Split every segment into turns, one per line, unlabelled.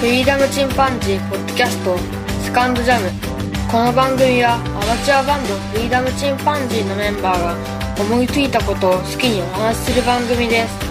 フリーダムチンパンジーポッドキャストセカンドジャムこの番組はアマチュアバンドフリーダムチンパンジーのメンバーが思いついたことを好きにお話しする番組です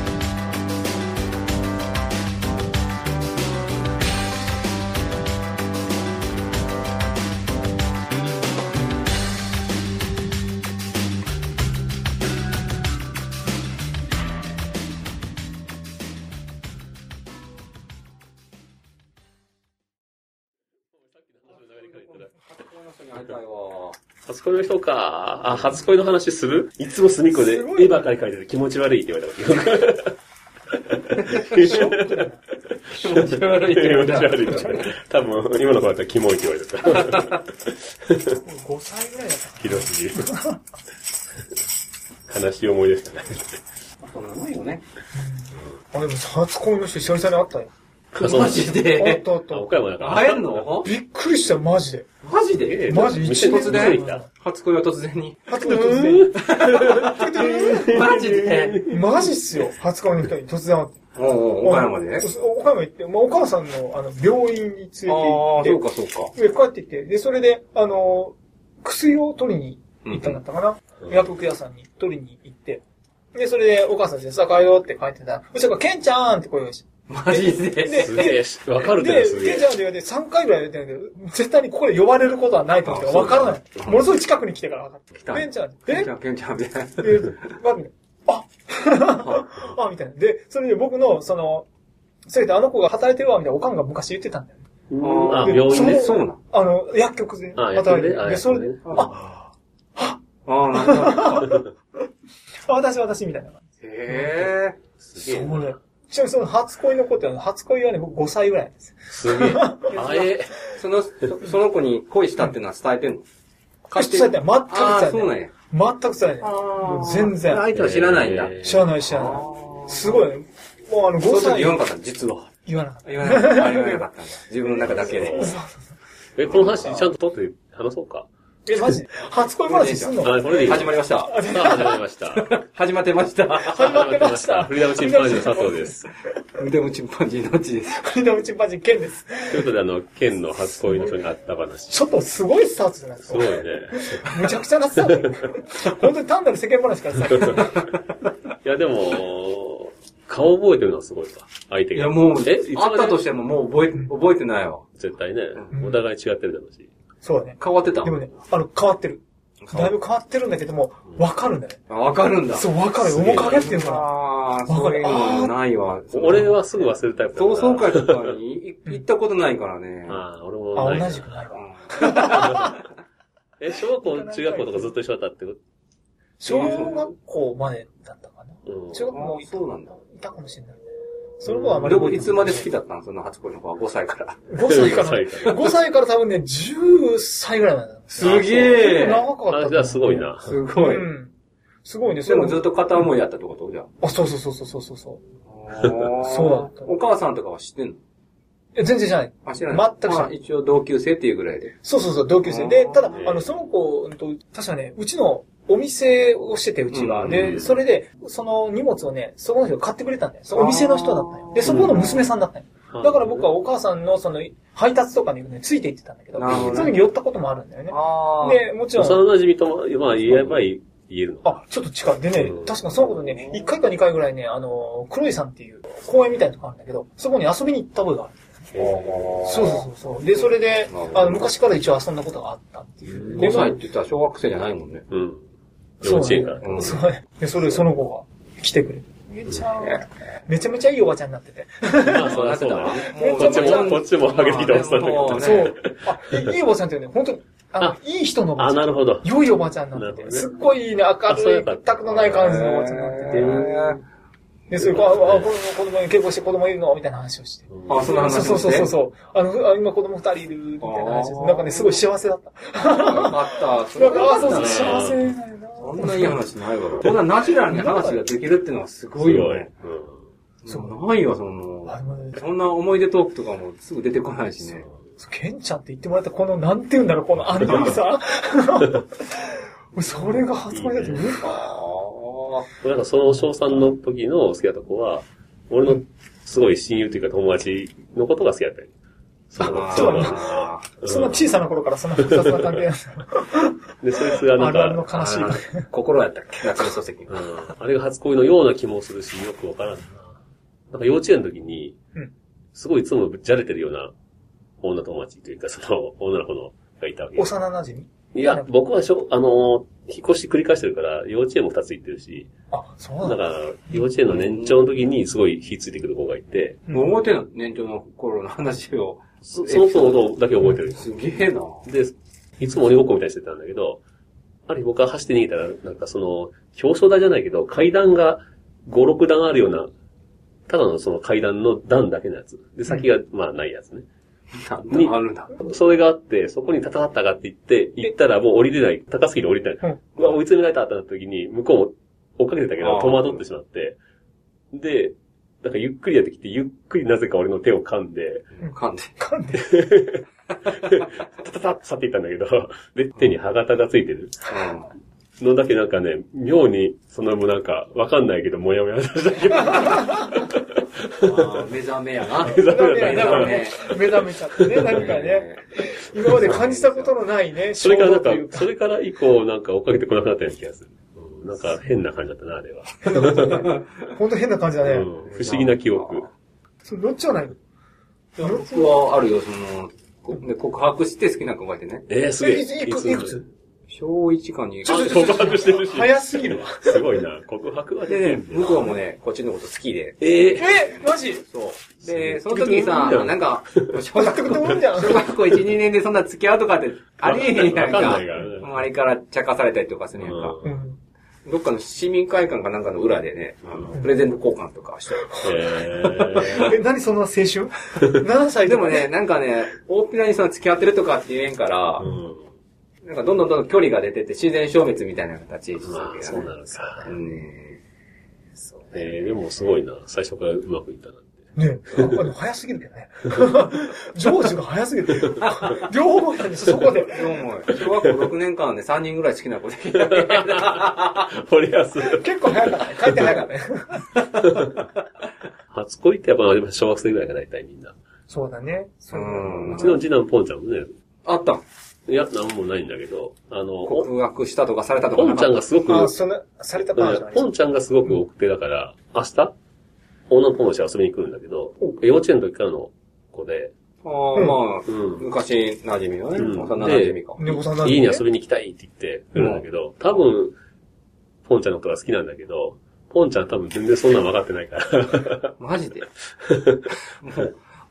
初恋の人か。あ、初恋の話するいつも隅っこで絵ばっかり描いてて気持ち悪いって言われたこと。気持ち悪い
気持ち悪いって言われた。
多分、今の子だったらキモいって言われてた。
5歳ぐらいだったか
ひどすぎる。悲しい思い出したね。
そんなもんよね。
な。あ、でも初恋の人久々に会ったよ。
マジ
あっ
で。
たあ
あ
った。
岡山だから。
会えんの
びっくりしたよ、マジで。
マジで
マジ一
突
年
で
前
然初恋は突然に。
初恋の人に
マジで
マジっすよ。初恋の人に突然会って。
おう岡山でね。
そう岡山行って、まあ、お母さんのあの病院に連れて
あ
行
あー、
って
そうかそうか。
で、帰ってきて、で、それで、あのー薬を取りに行ったんだったかな、
うん
薬局屋さんに取りに行って、で、それで、お母さんにさあ帰ろうって帰ってたら、そしたら、ケンちゃんって声がして、
マジで。
すげえ、わかるね、、
です
げ
ケンちゃ
え。
んって言われて3回ぐらい言われてるんだけど、絶対にここで呼ばれることはないってことがわからない。
あそうだ
ものすごい近くに来てから分かっ
来
た。
た
ケンちゃんって、
ケン
で
ちゃん、ケンちゃんみたいな。
で、バッグでああみたいな。で、それで僕の、その、それであの子が働いてるわ、みたいな、おかんが昔言ってたんだよね。
あ
あ
ー、病院
で
ね。
そうなん。
あの、薬局で
あ、
働
や
い
ってるね。
てる。
あ、
で、
やっ
そ
て
れで
るね。
あ、あ、なんだ。
あ私、私、みたいな感じ。
へえ。
すげえな。
そうねちなみにその初恋の子って、初恋はね、僕5歳ぐらいなんです。
すげえ。あえ、
その、そその子に恋したっていうのは伝えてんの
全く伝えてない。全く
ああ、
伝
そう
え
なんや。
てない。全く伝えてない。もう全然。
相手は知らないんだ。
えー
知らない、知らない。すごいね。もうあの、
そ
5
の時言わん
歳
かったの実は。
言わなかっ
言わなかった。あ言わなかったんだ。自分の中だけで。
え、この話ちゃんと取って話そうか。
た。え、マジで初恋話すんの
あ、これでいい。
始まりました。
さあ、始まりました。
始まってました。
始まってました
フリーダムチンパンジーの佐藤です。
でもチンパンジーのうちです。
国のうちマジ剣です。
ということで、あの、県の初恋の人に会った話。
ちょっとすごいスタートじゃないです
す
か
ごいね。。
むちゃくちゃなスタート。本当に単なる世間話からさ。
いや、でも、顔覚えてるのはすごいわ。相手
い
が。
やもう、
え
え、あったとしててももう覚え、覚えてないわ。
絶対ね
う、ん
お互い違ってるだろうし。
そうだね。
変わってた
でもね、あの、変わってる。だいぶ変わってるんだけども、わかるんだね。
あわかるんだ。
そう、わかる。面影っていうのかな。
ああ、そういうのないわ。
俺、はすぐ忘れるタイプだか
同
ら
窓会とかにい行ったことないからね。
ああ、俺もない
あ、
な
同じくないわ。
え、小学校、中学校とかずっと一緒だったってこ
小学校までだったかな。
とうん。
中学校もいた
そうなんだ。
いたかもしれない。その子はあまり
どこ、いつまで好きだったんその初恋の子は5歳から。
5歳か。
5歳から
5歳から多分ね、10歳ぐらいまでだった。
すげえ
長かったと思
あ、
う。
じゃあすごいな。
すごい。
うん。すごいね、そ
で
れ
もずっと片思いやったってことじゃあ。
あ、そうそうそうそうそうそう。
そう
だった
お母さんとかは知ってんの
え全然じゃない。
あ、知らない。
全く知らない
まあ一応同級生っていうぐらいで。
そうそうそう、同級生。
あー
で、ただ、
ね
あの、その子、うんと確かね、うちのお店をしてて、うちは。
うん
で、それで、その荷物をね、そこの人が買ってくれたんだよ。そのお店の人だったんよ。で、そこの娘さんだったんよ。だから僕はお母さんの、その、配達とかにね、ついて行ってたんだけど、
なるほどね
その時に寄ったこともあるんだよね。
あ
で、もちろん、
幼馴染とも、まあ、言えば言えるのか。
あ、ちょっと近い。でね
う、ん
確かそのことね、1回か2回ぐらいね、あの、黒井さんっていう公園みたいなとこあるんだけど、そこに遊びに行ったことがある。そうそうそうそう。で、それで
なるほ、ど
あの、昔から一応遊んだことがあったっていう。で
5歳って言ったら小学生じゃないもんね。
うん。幼稚園から。
うん
そうね。で、それでその子が来てくれて。めちゃ、めちゃめちゃいいおばちゃんになってて。
まあ、そりゃそうだな。
もう
こっちも、こっちも上げてきたおっさんだ
そ
けど
う。ね
そう。あ、いいいいおばちゃんってね、本当に、あの
あ、
いい人のおば
あ、
ちゃ。
なんるほど。
良いおばちゃんになって
なるほど
て。
ね
すっごいね、
あそう
明
や
る
っ
い、
た
全くのない感じのおばちゃんになってて。で、それから、あ、あこの子供に結婚して子供いるのみたいな話をして。
あ、そんな話
そう
をして
そうそうそうそう。あの、あ今子供二人いる、みたいな話をし
あ
て。
ー
なんかね、すごい幸せだった。
よかった。それ
な
は
ん
よ
か、
かった
あ、そう
ね
そう、幸せだよな。
そんないい話ないわ。こんなナチュラルに話ができるってのはす
す
ごいよね。。
う
そうないよ、その。
あ今ね
そんな思い出トークとかもすぐ出てこないしね。
ケンちゃんって言ってもらったこの、なんて言うんだろう、この安定さ。 それが初恋だって、
いいう
わ
あ
ん。なんか、その小3の時の好きだった子は、俺のすごい親友というか友達のことが好きだったよ。そう
あー
そう
だ
あ
うん
そんな小さな頃からそんな複雑な関係なんですよ
で、そいつがな
あ
ん
るあるの
か、
悲しい。
ー心やったっけ夏目漱石。
うんあれが初恋のような気もするし、よくわからんな。なんか幼稚園の時に
うん、
すごいいつもじゃれてるような女友達というか、その女の子のがいたわけよ
幼馴染み
いや、僕はしょ、あのー、引っ越し繰り返してるから、幼稚園も二つ行ってるし、
あ、そう
だ
なん
か
だ。
ら、幼稚園の年長の時にすごい火ついてくる子がいて、
うん
もう覚えてんの年長の頃の話を。
そその子のことだけ覚えてる。
すげえな。
で、いつも鬼ごっこみたいにしてたんだけど、ある日僕が走って逃げたら、なんかその、表彰台じゃないけど、階段が5、6段あるような、ただのその階段の段だけのやつ。で、先が、まあないやつね。
なんだあるんだ。
それがあって、そこにタタタタ上がって行って、行ったらもう降りれない、高すぎて降りれない。
うん
うわ、追い詰められたってなった時に、向こうも追っかけてたけど
あ、ー
戸惑ってしまって、で、なんかゆっくりやってきて、ゆっくりなぜか俺の手を噛んで、
噛んで。
噛んでる。
タタタって去っていったんだけど、 で、手に歯型がついてる。
うん
のだけなんかね、妙に、そのもうなんか、わかんないけど、もやも やだったけど、
あー目覚めやな。
目覚め
目
やな
覚め。
目覚めちゃってね、なんかね。今まで感じたことのないね、
それからな
衝
ん
動と
か
いう、
それから以降、なんか追っかけてこなくなったような気がする。うんなんか変な感じだったな、あれは。
本当変な感じだ
うん
ね。
不思議な記憶。
それどっちはないのどっち
僕はあるよ、その、こで告白して好きな子がいてね。
えー、すげえ。
えいついくいくつ
小1か2
ちょちょちょ
告白してるし。
早すぎるわ。
すごいな。告白は
で
ね
ね、、向こうもね、こっちのこと好きで。
えー、
え、マジ
そう。で、その時にさ、なんか、小
全
学
く
校
と思うんじゃん。
小学校1、2年でそんな付き合うとかってありえへんやんか。
わかんないからね
周りから茶化されたりとかするやんか。
うん
うん
どっかの市民会館かなんかの裏でね、あの
うん
プレゼント交換とかして
え
え、何そんな青春 ?7 歳
る。 でもね、なんかね、大っぴらにその付き合ってるとかって言えんから
ー、うん。
なんかどんどんどんどん距離が出てって自然消滅みたいな形にして
ま
る
あ、
や
そうなのか。
んねそう
えー、でもすごいな。最初からうまくいったな。
ねえ、あでも早すぎるけどね。ジョージが早すぎる。両方なんです、そこで。
どうも、小学校6年間で3人ぐらい好きな子できた。
フォリアス。
結構早かったね。帰って早かったね。
初恋ってやっぱ小学生ぐらいが大体みんな。
そうだね。そううん
うちの次男ポンちゃんもね、
あったん
いや、なんもないんだけど、あの、お
告白したとかされたとか
ポ
な
ンち
か
ゃん
った
がすごく、
あ、その、されたバージョン
ポンちゃんがすごく奥手だから、明日、女の子の家遊びに来るんだけど、幼稚園の時からの子で、
あーまあ、
うん
昔馴染みのね、
うん
幼馴染みか。
猫さんなん
家に
ね
遊びに来たいって言って来るんだけど、多分、ポンちゃんのことが好きなんだけど、ポンちゃん多分全然そんなん分かってない から、
マジで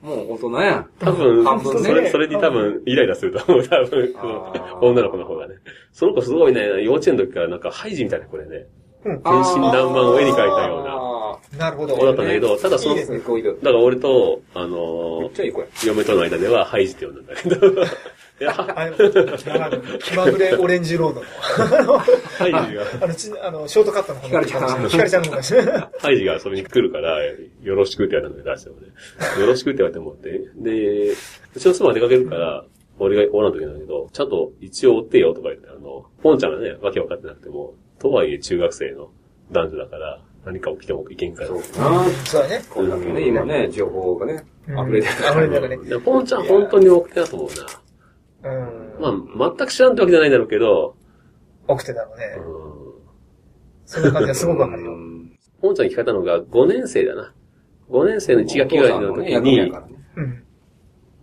もう、もう大人やん。
多分、
半分ね
それ、それに多分、イライラすると思う、多分、こ
あー
の女の子の方がね。その子すごいね、幼稚園の時からなんか、ハイジみたいな子でね、天真爛漫を絵に描いたような
よ
なるほ
子だっ
ど
た。んだけど、ただその、
いい
だ
う
か
です
な。こういう。
ら俺と、あ
め
の
っちゃいい子や。
嫁との間では、ハイジって呼んだんだけど。いや、ハ
あ、でも、長野気まぐれオレンジロードの。
イジが、
あの、ちあのショートカットの方
ひかりちゃん
ひかりちゃんの方ですね。
ハイジが遊びに来るから、よろしくって言われたので出してもね。よろしくって言われてもって。で、うちの妻は出かけるから、俺がおらんときなんだけど、ちゃんと一応追ってよとか言って、あの、ポンちゃんがね、わけわかってなくても、とはいえ中学生の男女だから、何か起きてもいけんから。
な
そうだね。
こんだけね、今ね、情報がね、
うん
溢れてるから。
溢れてるね。
でポンちゃん本当に奥手だと思う
うん。
な。まあ、全く知らんってわけじゃないんだろうけど、
奥手だろうね
う。ん
その感じはすごくわかる
う
よ。
ん
ポンちゃんに聞かれたのが5年生だな。5年生の1学期ぐらい
お父さん
の時
もね役目や
に
か、らね
うん。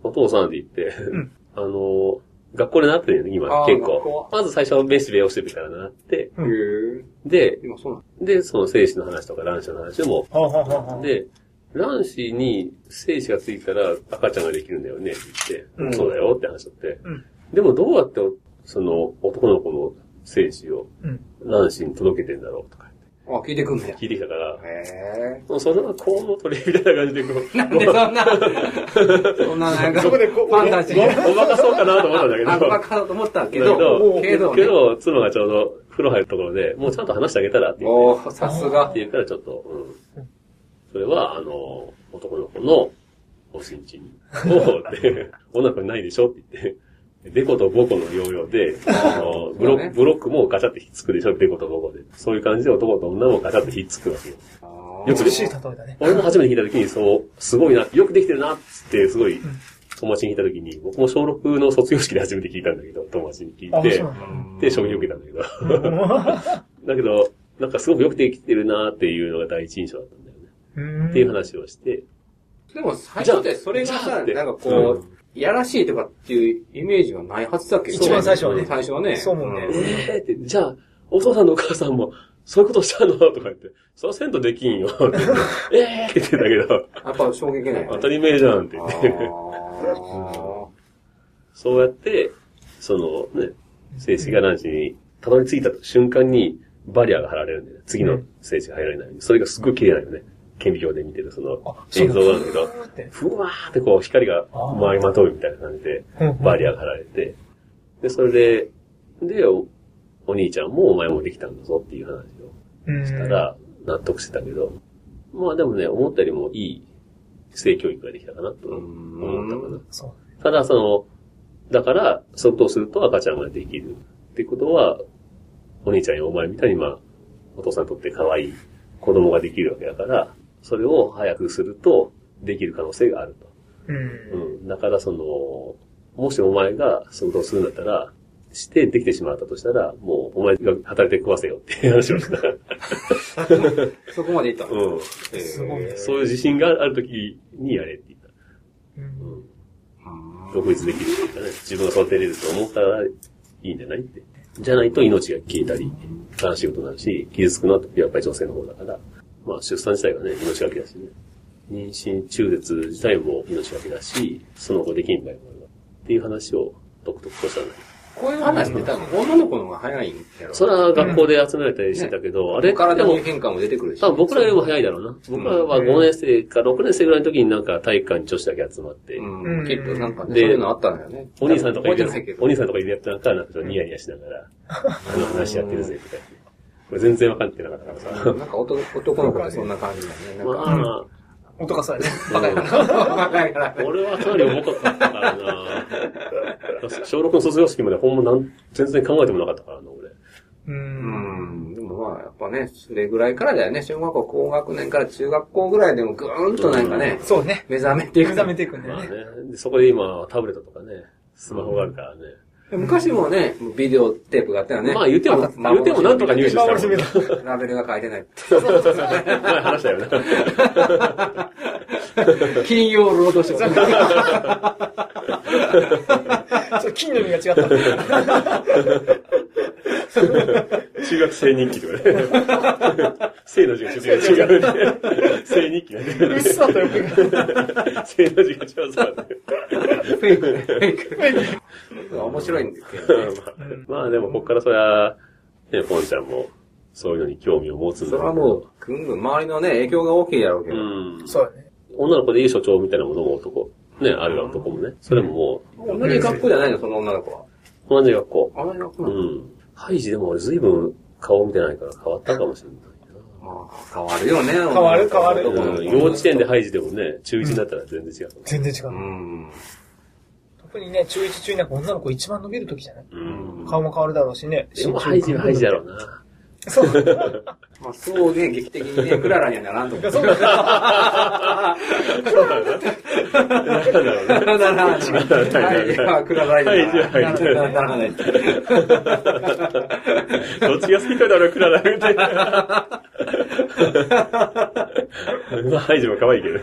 お父さんって言って、
ん
あの、学校でなってるよね、今
あ、ー
結
学校
構。まず最初はベースベーをしてみたいなのがなって、
うん
へえ。
で、
今そうなん
で、その精子の話とか卵子の話でも、
ほうほうほうほう。
で、卵子に精子がついたら赤ちゃんができるんだよねって言って、
うん
そうだよって話しとって、
うん
でもどうやって、その男の子の精子を
うん
卵子に届けてんだろうとか
あ、聞いてくんねや。
聞いてきたから、
へ
もうその肛門取りみたいな感じでこう、
え。なんでそんな、そんななんか、
そこでこう
ファンタジー。
ごまかそうかなと思ったんだけど、
あ、バカだと思ったけ
だけ
ど、
ど
けど
け
ね。
ど、妻がちょうど風呂入るところで、もうちゃんと話してあげたらって言って、
おー、さす
っ
が
て。言うからちょっと、うん。それは、あの、男の子のおしんちんを、で、女の子にないでしょって言って、デコとボコの要領で、あのブロ
そうね
ブロックもガチャってひっつくでしょ、デコとボコで。そういう感じで男と女もガチャってひっつくわけよ。
よ
よく
美しい例えだね。
俺も初めて聞いた時に、そう、すごいな、よくできてるなっつって、すごい、友達に聞いたときに、僕も小6の卒業式で初めて聞いたんだけど、友達に聞いて、で、衝撃を受けたんだけど。 だけど、なんかすごくよくできてるなーっていうのが第一印象だったんだよね。 っていう話をして、
でも最初ってそれが
じゃあ
さ、
って
なんかこう、いやらしいとかっていうイメージはないはずだっけど
一番最初はね
最初はね。
そう思うね
ん
えーって、じゃあ、お父さんのお母さんも、そういうことしたのと か言って、そらせんとできんよ。 って言ってえーって言ってたけど、
やっぱ衝撃ない。
当たり前じゃんって言って。そうやって、そのね、精子が卵子にたどり着いた瞬間にバリアが張られるんだよね。次の精子が入られないように。それがすっごい綺麗なんだよね。顕微鏡で見てるその映像なんだけど、ふわーってこう光が回りまとうみたいな感じで、バリアが張られて、で、それで、で、おお兄ちゃんもお前もできたんだぞっていう話を
うん
したら、納得してたけど、まあでもね、思ったよりもいい性教育ができたかなと思ったかな。
そ
ただ、その、だから、そういうことをすると赤ちゃんができる。ってことは、お兄ちゃんやお前みたいに、まあ、お父さんにとって可愛い子供ができるわけだから、それを早くすると、できる可能性があると。
う。う。
うんん。だから、その、もしお前がそういうことをするんだったら、してできてしまったとしたら、もう、お前が働いて食わせよっていう話をした。
そこまでいったの。
うん。
えー
すごいね
そういう自信がある時にやれって言った。うん。独立できるっていうかね、自分が育てれると思ったらいいんじゃないって。じゃないと命が消えたり、悲しいことになるし、傷つくのはやっぱり女性の方だから、まあ出産自体がね、命がけだしね。妊娠中絶自体も命がけだし、その後できん場合もあるわっていう話を独特としたんだけ
こういう話って多分女の子の方が早いんだろ
ど。それは学校で集められたりしてたけど、あれで
体
も
の、変化も出てくるし。
多分僕らよりも早いだろうな。僕らは5年生か6年生ぐらいの時になんか体育館に女子だけ集まって、
うん。結構なんかね、
で
そういうのあったんだよね。
お兄さんとかい
覚え
る
てないけど。
お兄さんとかいるやつなんか、なんかちょっとニヤニヤしながら、あの話やってるぜ、とか言って。これ全然わかってなかったから
う
さ
ん。なんか男男の子ってそんな感じだね。なん
ま
か
あ、
音がされて。
バカやから。バカやから。
俺はかなり重かったからな小6の卒業式までほんまなん、全然考えてもなかったからな、俺。
う。
うんん。でもまあ、やっぱね、それぐらいからだよね。小学校高学年から中学校ぐらいでもぐーんとなんかね、
そうね。
目覚めてい
目
く。
覚めていくんだ
ま
よ
あね
ね。。
でそこで今、タブレットとかね、スマホがあるからね。
昔もね、ビデオテープがあったよね。
まあ言っても、言ってもなんとか入手したもん。
幻見た
ラベルが書いてないって。
前話したよね。
金曜ロードショー。
ちょっと金の実が違ったんだよ。
中学生日記とかね。生の字が違う。違うね。生日記だ
うっ
ね。
そとよく。
生の字が違うさ。
フェイク、フェイク。面白いんですけどね。
まあでも、こっからそりゃ、ね、ポンちゃんも、そういうのに興味を持つん
そ
だ
れはもう、ぐんぐん周りのね、影響が大きいやろうけ
う
ど。
ん。
そうだね。
女の子でいい所長みたいなものも男、ね、ある男もね。それもも
同じ学校じゃないの、その女の子は。
う、同じ学校。
同じ学校
う
なの
ん。ハイジでも俺随分顔見てないから変わったかもしれない
まあ、変わるよね。変
わる変わる
な。うん。幼稚園でハイジでもね、中1になったら全然違う。
全然違
う
う。
ん。
特にね、中1中2なんか女の子一番伸びる時じゃない
うん。
顔も変わるだろうしね。
でもハイジはハイジだろうな。
そう。
まあ、そうね、劇的にね、クララにはならんと思う。
そうだね。
なんだろうね。
ならない。はい、クララにはならない。ならない。
どっちが好きかだろう、クララみたいな。まあ、ハイジも可愛いけど。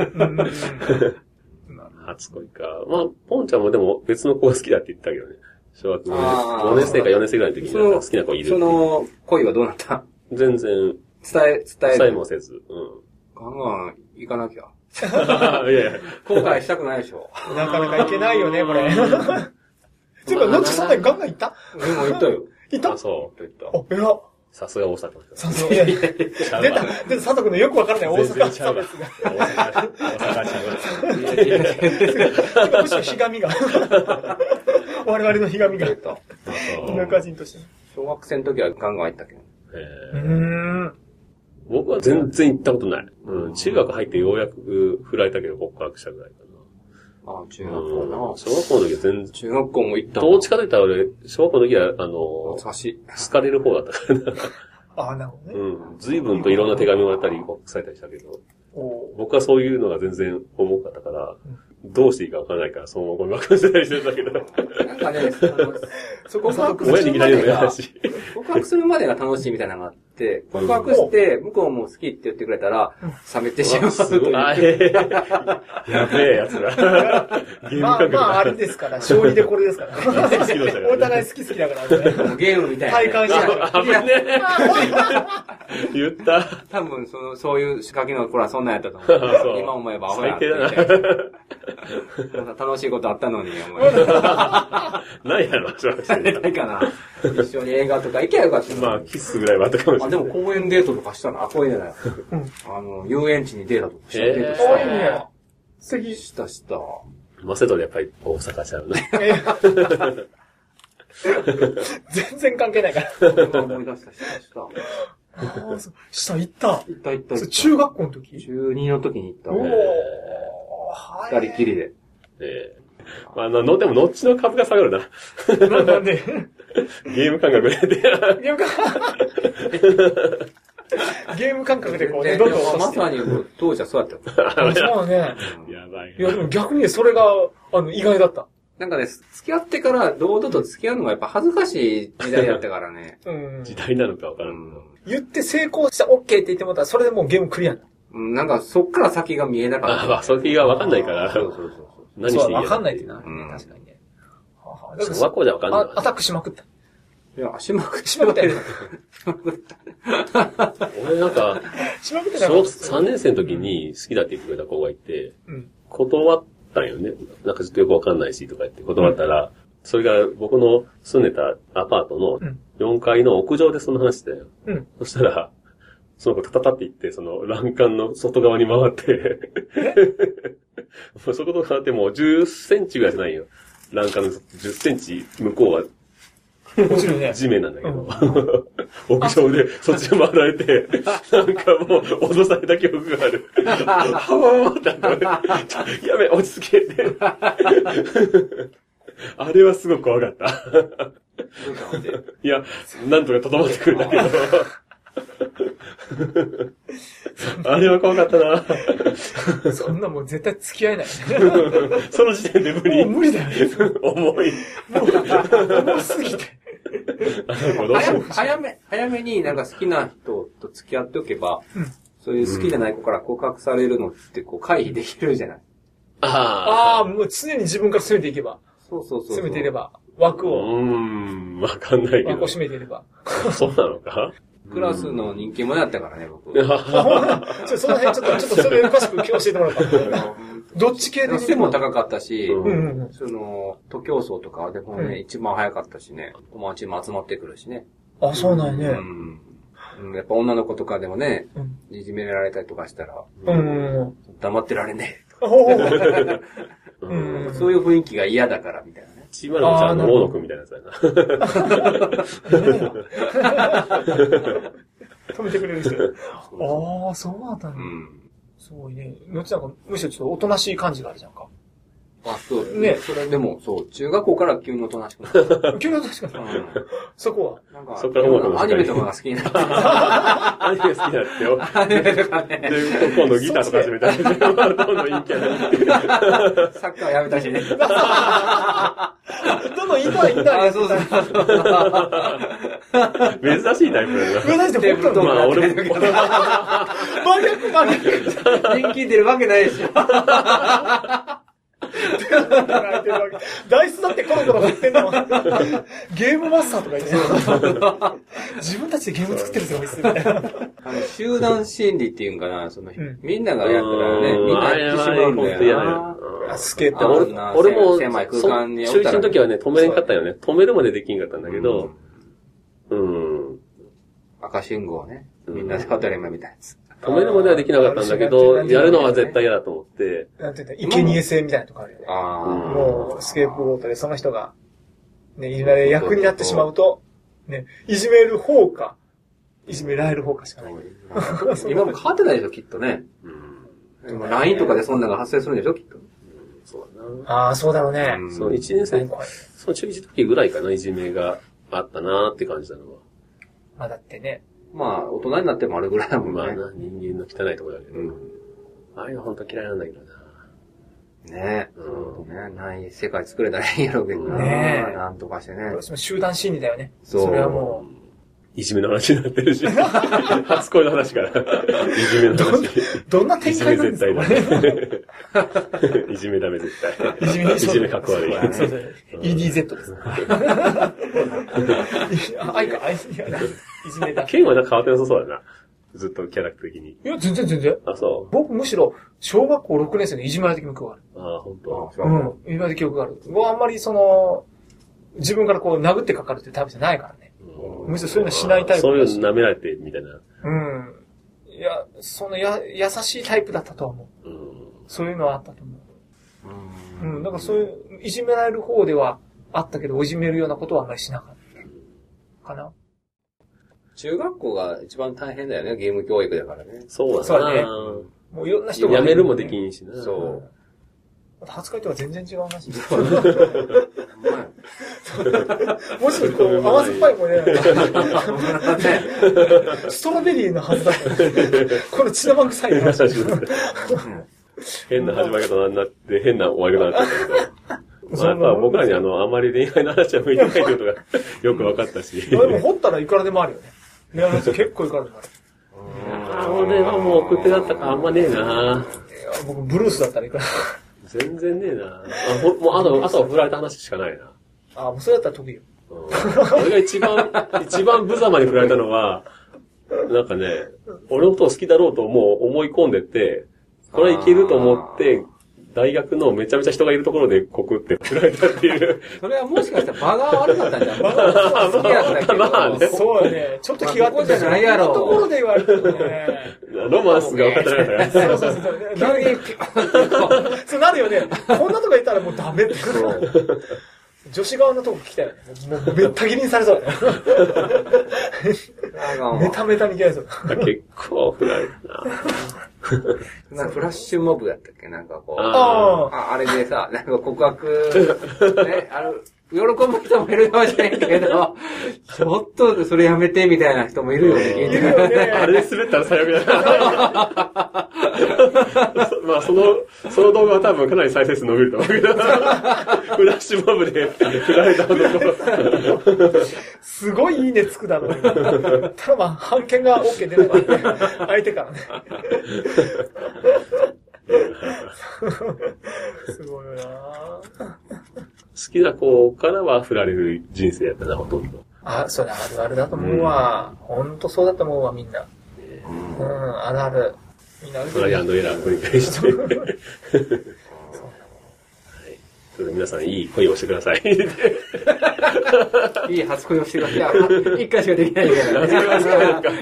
初恋か。まあ、ポンちゃんもでも別の子が好きだって言ったけどね。小学
あー
5年生か4年生ぐらいの時に
そ
なんか
の、
好きな子いるって
その、恋はどうなった
全然、
伝え、伝え
さえ
る。
もせず。う
ガンガン行かなきゃ。
ん。いやいや。
後悔したくないでし ょ。
なかなかいけないよね、これ。ていうか、なんかそんなにガンガンいった
俺も言ったよ。
いった
あ、そ
言った。
お、偉っ。
う。さすが大阪の人。
さすが。いやいや
ちゃう
出
わ
た、出た、佐藤君のよくわからない大
全然
阪
ちゃ
差
うわ
別が。
大阪、大阪人は
今むしろひがみ が。我々のひがみが
言。った。
そう
田舎人として。
小学生の時はガンガン行ったけど。
えー
うーん。
僕は全然行ったことない。うん。中学入ってようやく振られたけど告白したぐらいか
ああ、中
な。
学
う
校
ん。
な。
小学校の時は全然。
中学校も行った。
どっちかと言ったら俺、小学校の時は、あの、
懐かしい。
好かれる方だったからな。
ああ、なるほどね。
うん。随分といろんな手紙もらったり、されたりしたけど、
おー
僕はそういうのが全然重かったから、どうしていいかわからないから、そのままゴミ箱に捨てたりしてたけど、
なんかね、 その
そこが、
親にいきなりの嫌だ し。
告白するまでが楽しいみたいなのがあ って、告白して、向こうも好きって言ってくれたら、冷めてしまうと
す
い
ご
う。
い。あへへやべえやつら。ゲーム
まあ
感覚
まあ、あ れですから、勝利でこれですから。
好きだからね
お互い好き好きだからね。
ゲームみたいな。
体感して
いや
危ねえ。言った。
多分、その、そういう仕掛けの頃はそんなんやったと
あ
思。
そうう
今思えばアホやなっ
最低だな
て なんか楽しいことあったのに、思い出した
ないやろ、それ
ないかな。一緒に映画とか行けばよかったのに
まあ、キスぐらいはあったかもし
あ、
れ
で
な
も
い。
公園デートとかしたな。あ、公園じゃない。あの、遊園地にデートとかした。
へえ
デート
可
し
愛いね。素
た。
敵。
した、した。
マセドでやっぱり大阪ちゃう ね。
全然関係ないから。
今思い出した、した、した。行
ああ、そう下行った。
った、行った、行
それ
っ
中学校の時
た。中2の時に行った
おお
わ。
は
二人きりで。
ええまあ、あの、でも、のっちの株が下がるな。
なんなんで。
ゲーム感覚 で。
ゲーム感ゲーム感覚でこうね、どんどん
いや
落
ま
と
あま
して。
さにもう当時はそうだった。
そうね。
やばい
いや、でも逆にねそれが、あの、意外だった。
なんかね、付き合ってから堂々と付き合うのがやっぱ恥ずかしい時代だったから ね。
うん。
時代なのかわからんけど。
言って成功した OK って言ってもらったら、それでもうゲームクリアな。
うん、なんかそっから先が見えなかった。
あ、まあ、その時がわかんないから
そ。うそうそうそう。
何していいや
そうわかんないっていうのはある
う
ね、
ん
確かにね。はあはあだから
小学校じゃわかんない
あアタックしまくった。
いや、足まくっ
し
ち
ま
ゃ
くっ
ったて
よ
る
ね。
俺なんか、
しまくってな
小
かっ
学
た。
3年生の時に好きだって言ってくれた子がいて、
うん。
断ったんよね。なんかちょっとよくわかんないしとか言って断ったら、それが僕の住んでたアパートの
うん
4階の屋上でその話してたよ。
うん
そしたら、その子タタタって行って、その欄干の外側に回って、もう そこと変わってもう10センチぐらいじゃないよ。欄干の10センチ向こうは
もちろ んね。
地面なんだけど、 屋上でそっち回られて、なんかもう脅された記憶がある。 はわわってなんか俺ちょやべ、落ち着けって。あれはすごく怖かった。いや、なんとかとどまってくれたけど。あれは怖かったな。
そんなもう絶対付き合えない。
その時点で無
もう
理。
無理だよね。
重い。
もう、重すぎて。
あの子どうしよ
早
う
め、早め、早めになんか好きな人と付き合っておけば、
うん
そういう好きじゃない子から告白されるのってこう回避できるじゃない。
あ
あ
あ、もう常に自分から攻めていけば、
そうそうそうそう。
攻めていれば、枠
う
を、
ん、わかんないけ
枠を
ど。
締めていれば。
そうなのか
クラスの人気者やったからね、僕。
ちょその辺ちょっと、ちょっとそれ詳しく教えてもらおうかな。どっち系で
背も高かったし、
うん
うんうんうん。
その、徒競走とかでもね、
うん
一番早かったしね、友達も集まってくるしね。
あ、そうなん
う
やね。
ん。うんやっぱ女の子とかでもね、
うん。
いじめられたりとかしたら、
うんうん。
黙ってられね
おー
う
うん
え、
ん。
そういう雰囲気が嫌だから、みたいなね。
ちーまる子ちゃんの大野くんみたいなやつだな。
止めてくれる人。ああ、そうだった
う
ね。
ん。
すごいね。のちなんか、むしろちょっとおとなしい感じがあるじゃんか。
あ、そうだ
ね
ね。それでも、そう、中学校から急におとなしくなった。う
急に確かに。
ん
そこ
なんか、
そっから音楽の世界
アニメとかが好きになって、
アニメ好きなんですよ。
アニメとか
で
ね、、
今度ギターとか始めたんで、どんどん陰キャになって。
サッカーやめたしね。
は。どんどん痛い痛い。
あ、そうそうそう。
珍しいタイプだ
上
な。
田して本当
ま
に。
あ、俺も、
真逆真逆って
人気出るわけないでしょ。
言われてるわけ。ダイスだってコロコロ振ってんだもん。ゲームマスターとか言ってる自分たちでゲーム作ってるぞ、こいつみたいな。
あの、集団心理っていうんかな、その、
ん
みんながやったからね、みんなやってしまうんだよな。
スケー
あ
ト。
俺
俺も、
狭い空間におったら
中
ね
1の時はね、止めれんかったよね。止めるまでできんかったんだけ
う
ど
ん、、
うん。
赤信号ね。みんなで当たり前みたいなやつ。
止めるまではできなかったんだけど、やるのは絶対嫌だと思って、
なんて言ったら、生贄性みたいなとこあるよね。
あ
もう、スケープゴートでその人が、ね、いじめられ役になってしまうと、ね、いじめる方か、いじめられる方かしかない。
あ。今も変わってないでしょ、きっとね。
うん。
今 LINE とかでそんなのが発生するんでしょ、きっと。
そうだな。
ああ、そうだろうね。
うん
その1年生、その中1の時ぐらいかな、いじめがあったなーって感じたのは。
まあだってね、
まあ、大人になってもあるぐらいだもん
まあ
ね。
な、人間の汚いところだけど。
うん
ああいうの本当嫌いなんだけどな。
ね
う
え。
ん
そうね。ない世界作れたらいいんやろうけどな。
ねえ
なんとかしてね。
どうしても集団心理だよね。
そう
それはも
いじめの話になっ てるし。初恋の話から。いじめの話。
う、どんない展
じめ
開なんで
絶
す
対
か
ダ
これ
メ。 いじめダメ絶対。
いじめ、
いじめかっこ悪い。
そうそう
うん
EDZ です。あ愛か、愛いやいじめだ。い
ケンはなんか変わってなさそうだな。ずっとキャラクター的に。
や、全然全然。
あ、そ
僕むしろ、小学校6年生でいじめられた記憶がある。、
う。あ、本
あ
当。
そううん
いじめられた記憶がある。僕はあんまりその、自分からこう殴ってかかるっていうタイプじゃないからね。むしろそういうのしないタイプ
そうい
だ
う
し
の舐められて、みたいな。
うん。いや、そのや、優しいタイプだったとは思う。
うん。
そういうのはあったと思う。
ん
うん、だからそういう、いじめられる方ではあったけど、いじめるようなことはあんまりしなかった。かな。
中学校が一番大変だよね、ゲーム教育だからね。
そう
そうだ
だ
ね
ね。
もういろんな人が。
やめるもできんしな。
そ
初回とは全然違う話。
う。ほん まや
もしこう、甘酸っぱいもんね、
ほんまだね。
ストロベリーのはずだったよね。 この血生臭い 話。
変な始まり方になって、変な終わり方にな ってるけど。まあ、やっぱ僕らにあの、あんまり恋愛の話は向いてないということがよく分かったし。
でも掘ったらいくらでもあるよね。レアのやつ結構いくらでもある。
あ俺はもう奥手だったからあんまねえな。
いや僕、ブルースだったらいくら。
全然ねえな。あ、ほもうあと、あとは振られた話しかないな。
あ、もうそれだったら得意よ。
うん俺が一 番、一番無様に振られたのは、なんかね、俺のことを好きだろうともう思い込んでて、これはいけると思って、大学のめちゃめちゃ人がいるところで告って振られたって いう。
それはもしかしたら場が悪かったんじゃん。場が好きやったけど。
まあね
そうよね。ちょっと気が合って
まあここじゃないやろ
ところで言われてもね。
ロマンスが分かってなかったか
そうそうそう。急に、そうなるよね。こんなとこいたらもうダメって。女子側のとこ聞きたいよね。もうめった切りにされ そうだね。
なんかも
メタメタに切られそう。
ら、結構振られたな。
うなんかフラッシュモブだったっけなんかこう。
あ
ああ。
ああれでさ、なんか告白、ね、あの、喜ぶ人もいるかもしれんけど、ちょっとそれやめてみたいな人もいるよね、聞い
い
て
る
る。
よ
ーあ
ね。
れで滑ったら最悪 だな。そまあ、その、その動画は多分かなり再生数伸びると思うけど、フラッシュモブで振られた男。
すごいいいねつくだろうね。ただまあ、判件が OK 出なかったね。相手からね。 すごいよ
好
な
きな子からは振られる人生やったな、ほとんど。
あ、それあるあるだと思うわ。ほんとそうだと思うわ、みんな。うん、あるある。みんなある
トライアンドエラーを繰り返して。はい。それで皆さん、いい恋をしてください。
いい初恋をしてください。一回しかできないからね。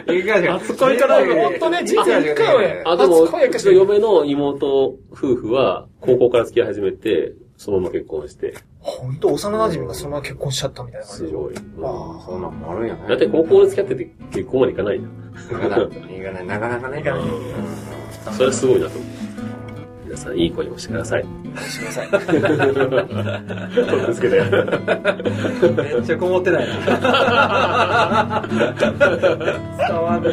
一回しか。
初恋から
もっとね人生一回はね
あ、でも、
初恋は
うちの嫁の妹夫婦は、高校から付き合い始めて、そのまま結婚して、
ほんと幼馴染がそのまま結婚しちゃったみたいな感じ
す。ごい。
あ
そんなんもあるんやね。
だって高校で付き合ってて結婚までいかないな。
いかない、なかなかね。
いかない
それはすごいなと思う。皆さん、いい恋をしてください。
してくださ い。
そうですけど。
めっちゃこもってないな。伝わんね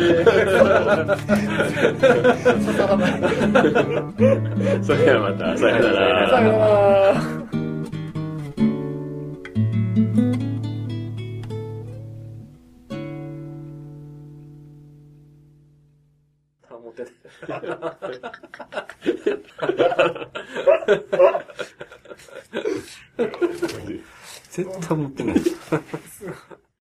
それではまた、さようなら。
さよなら。
伝わってない。絶対持ってない。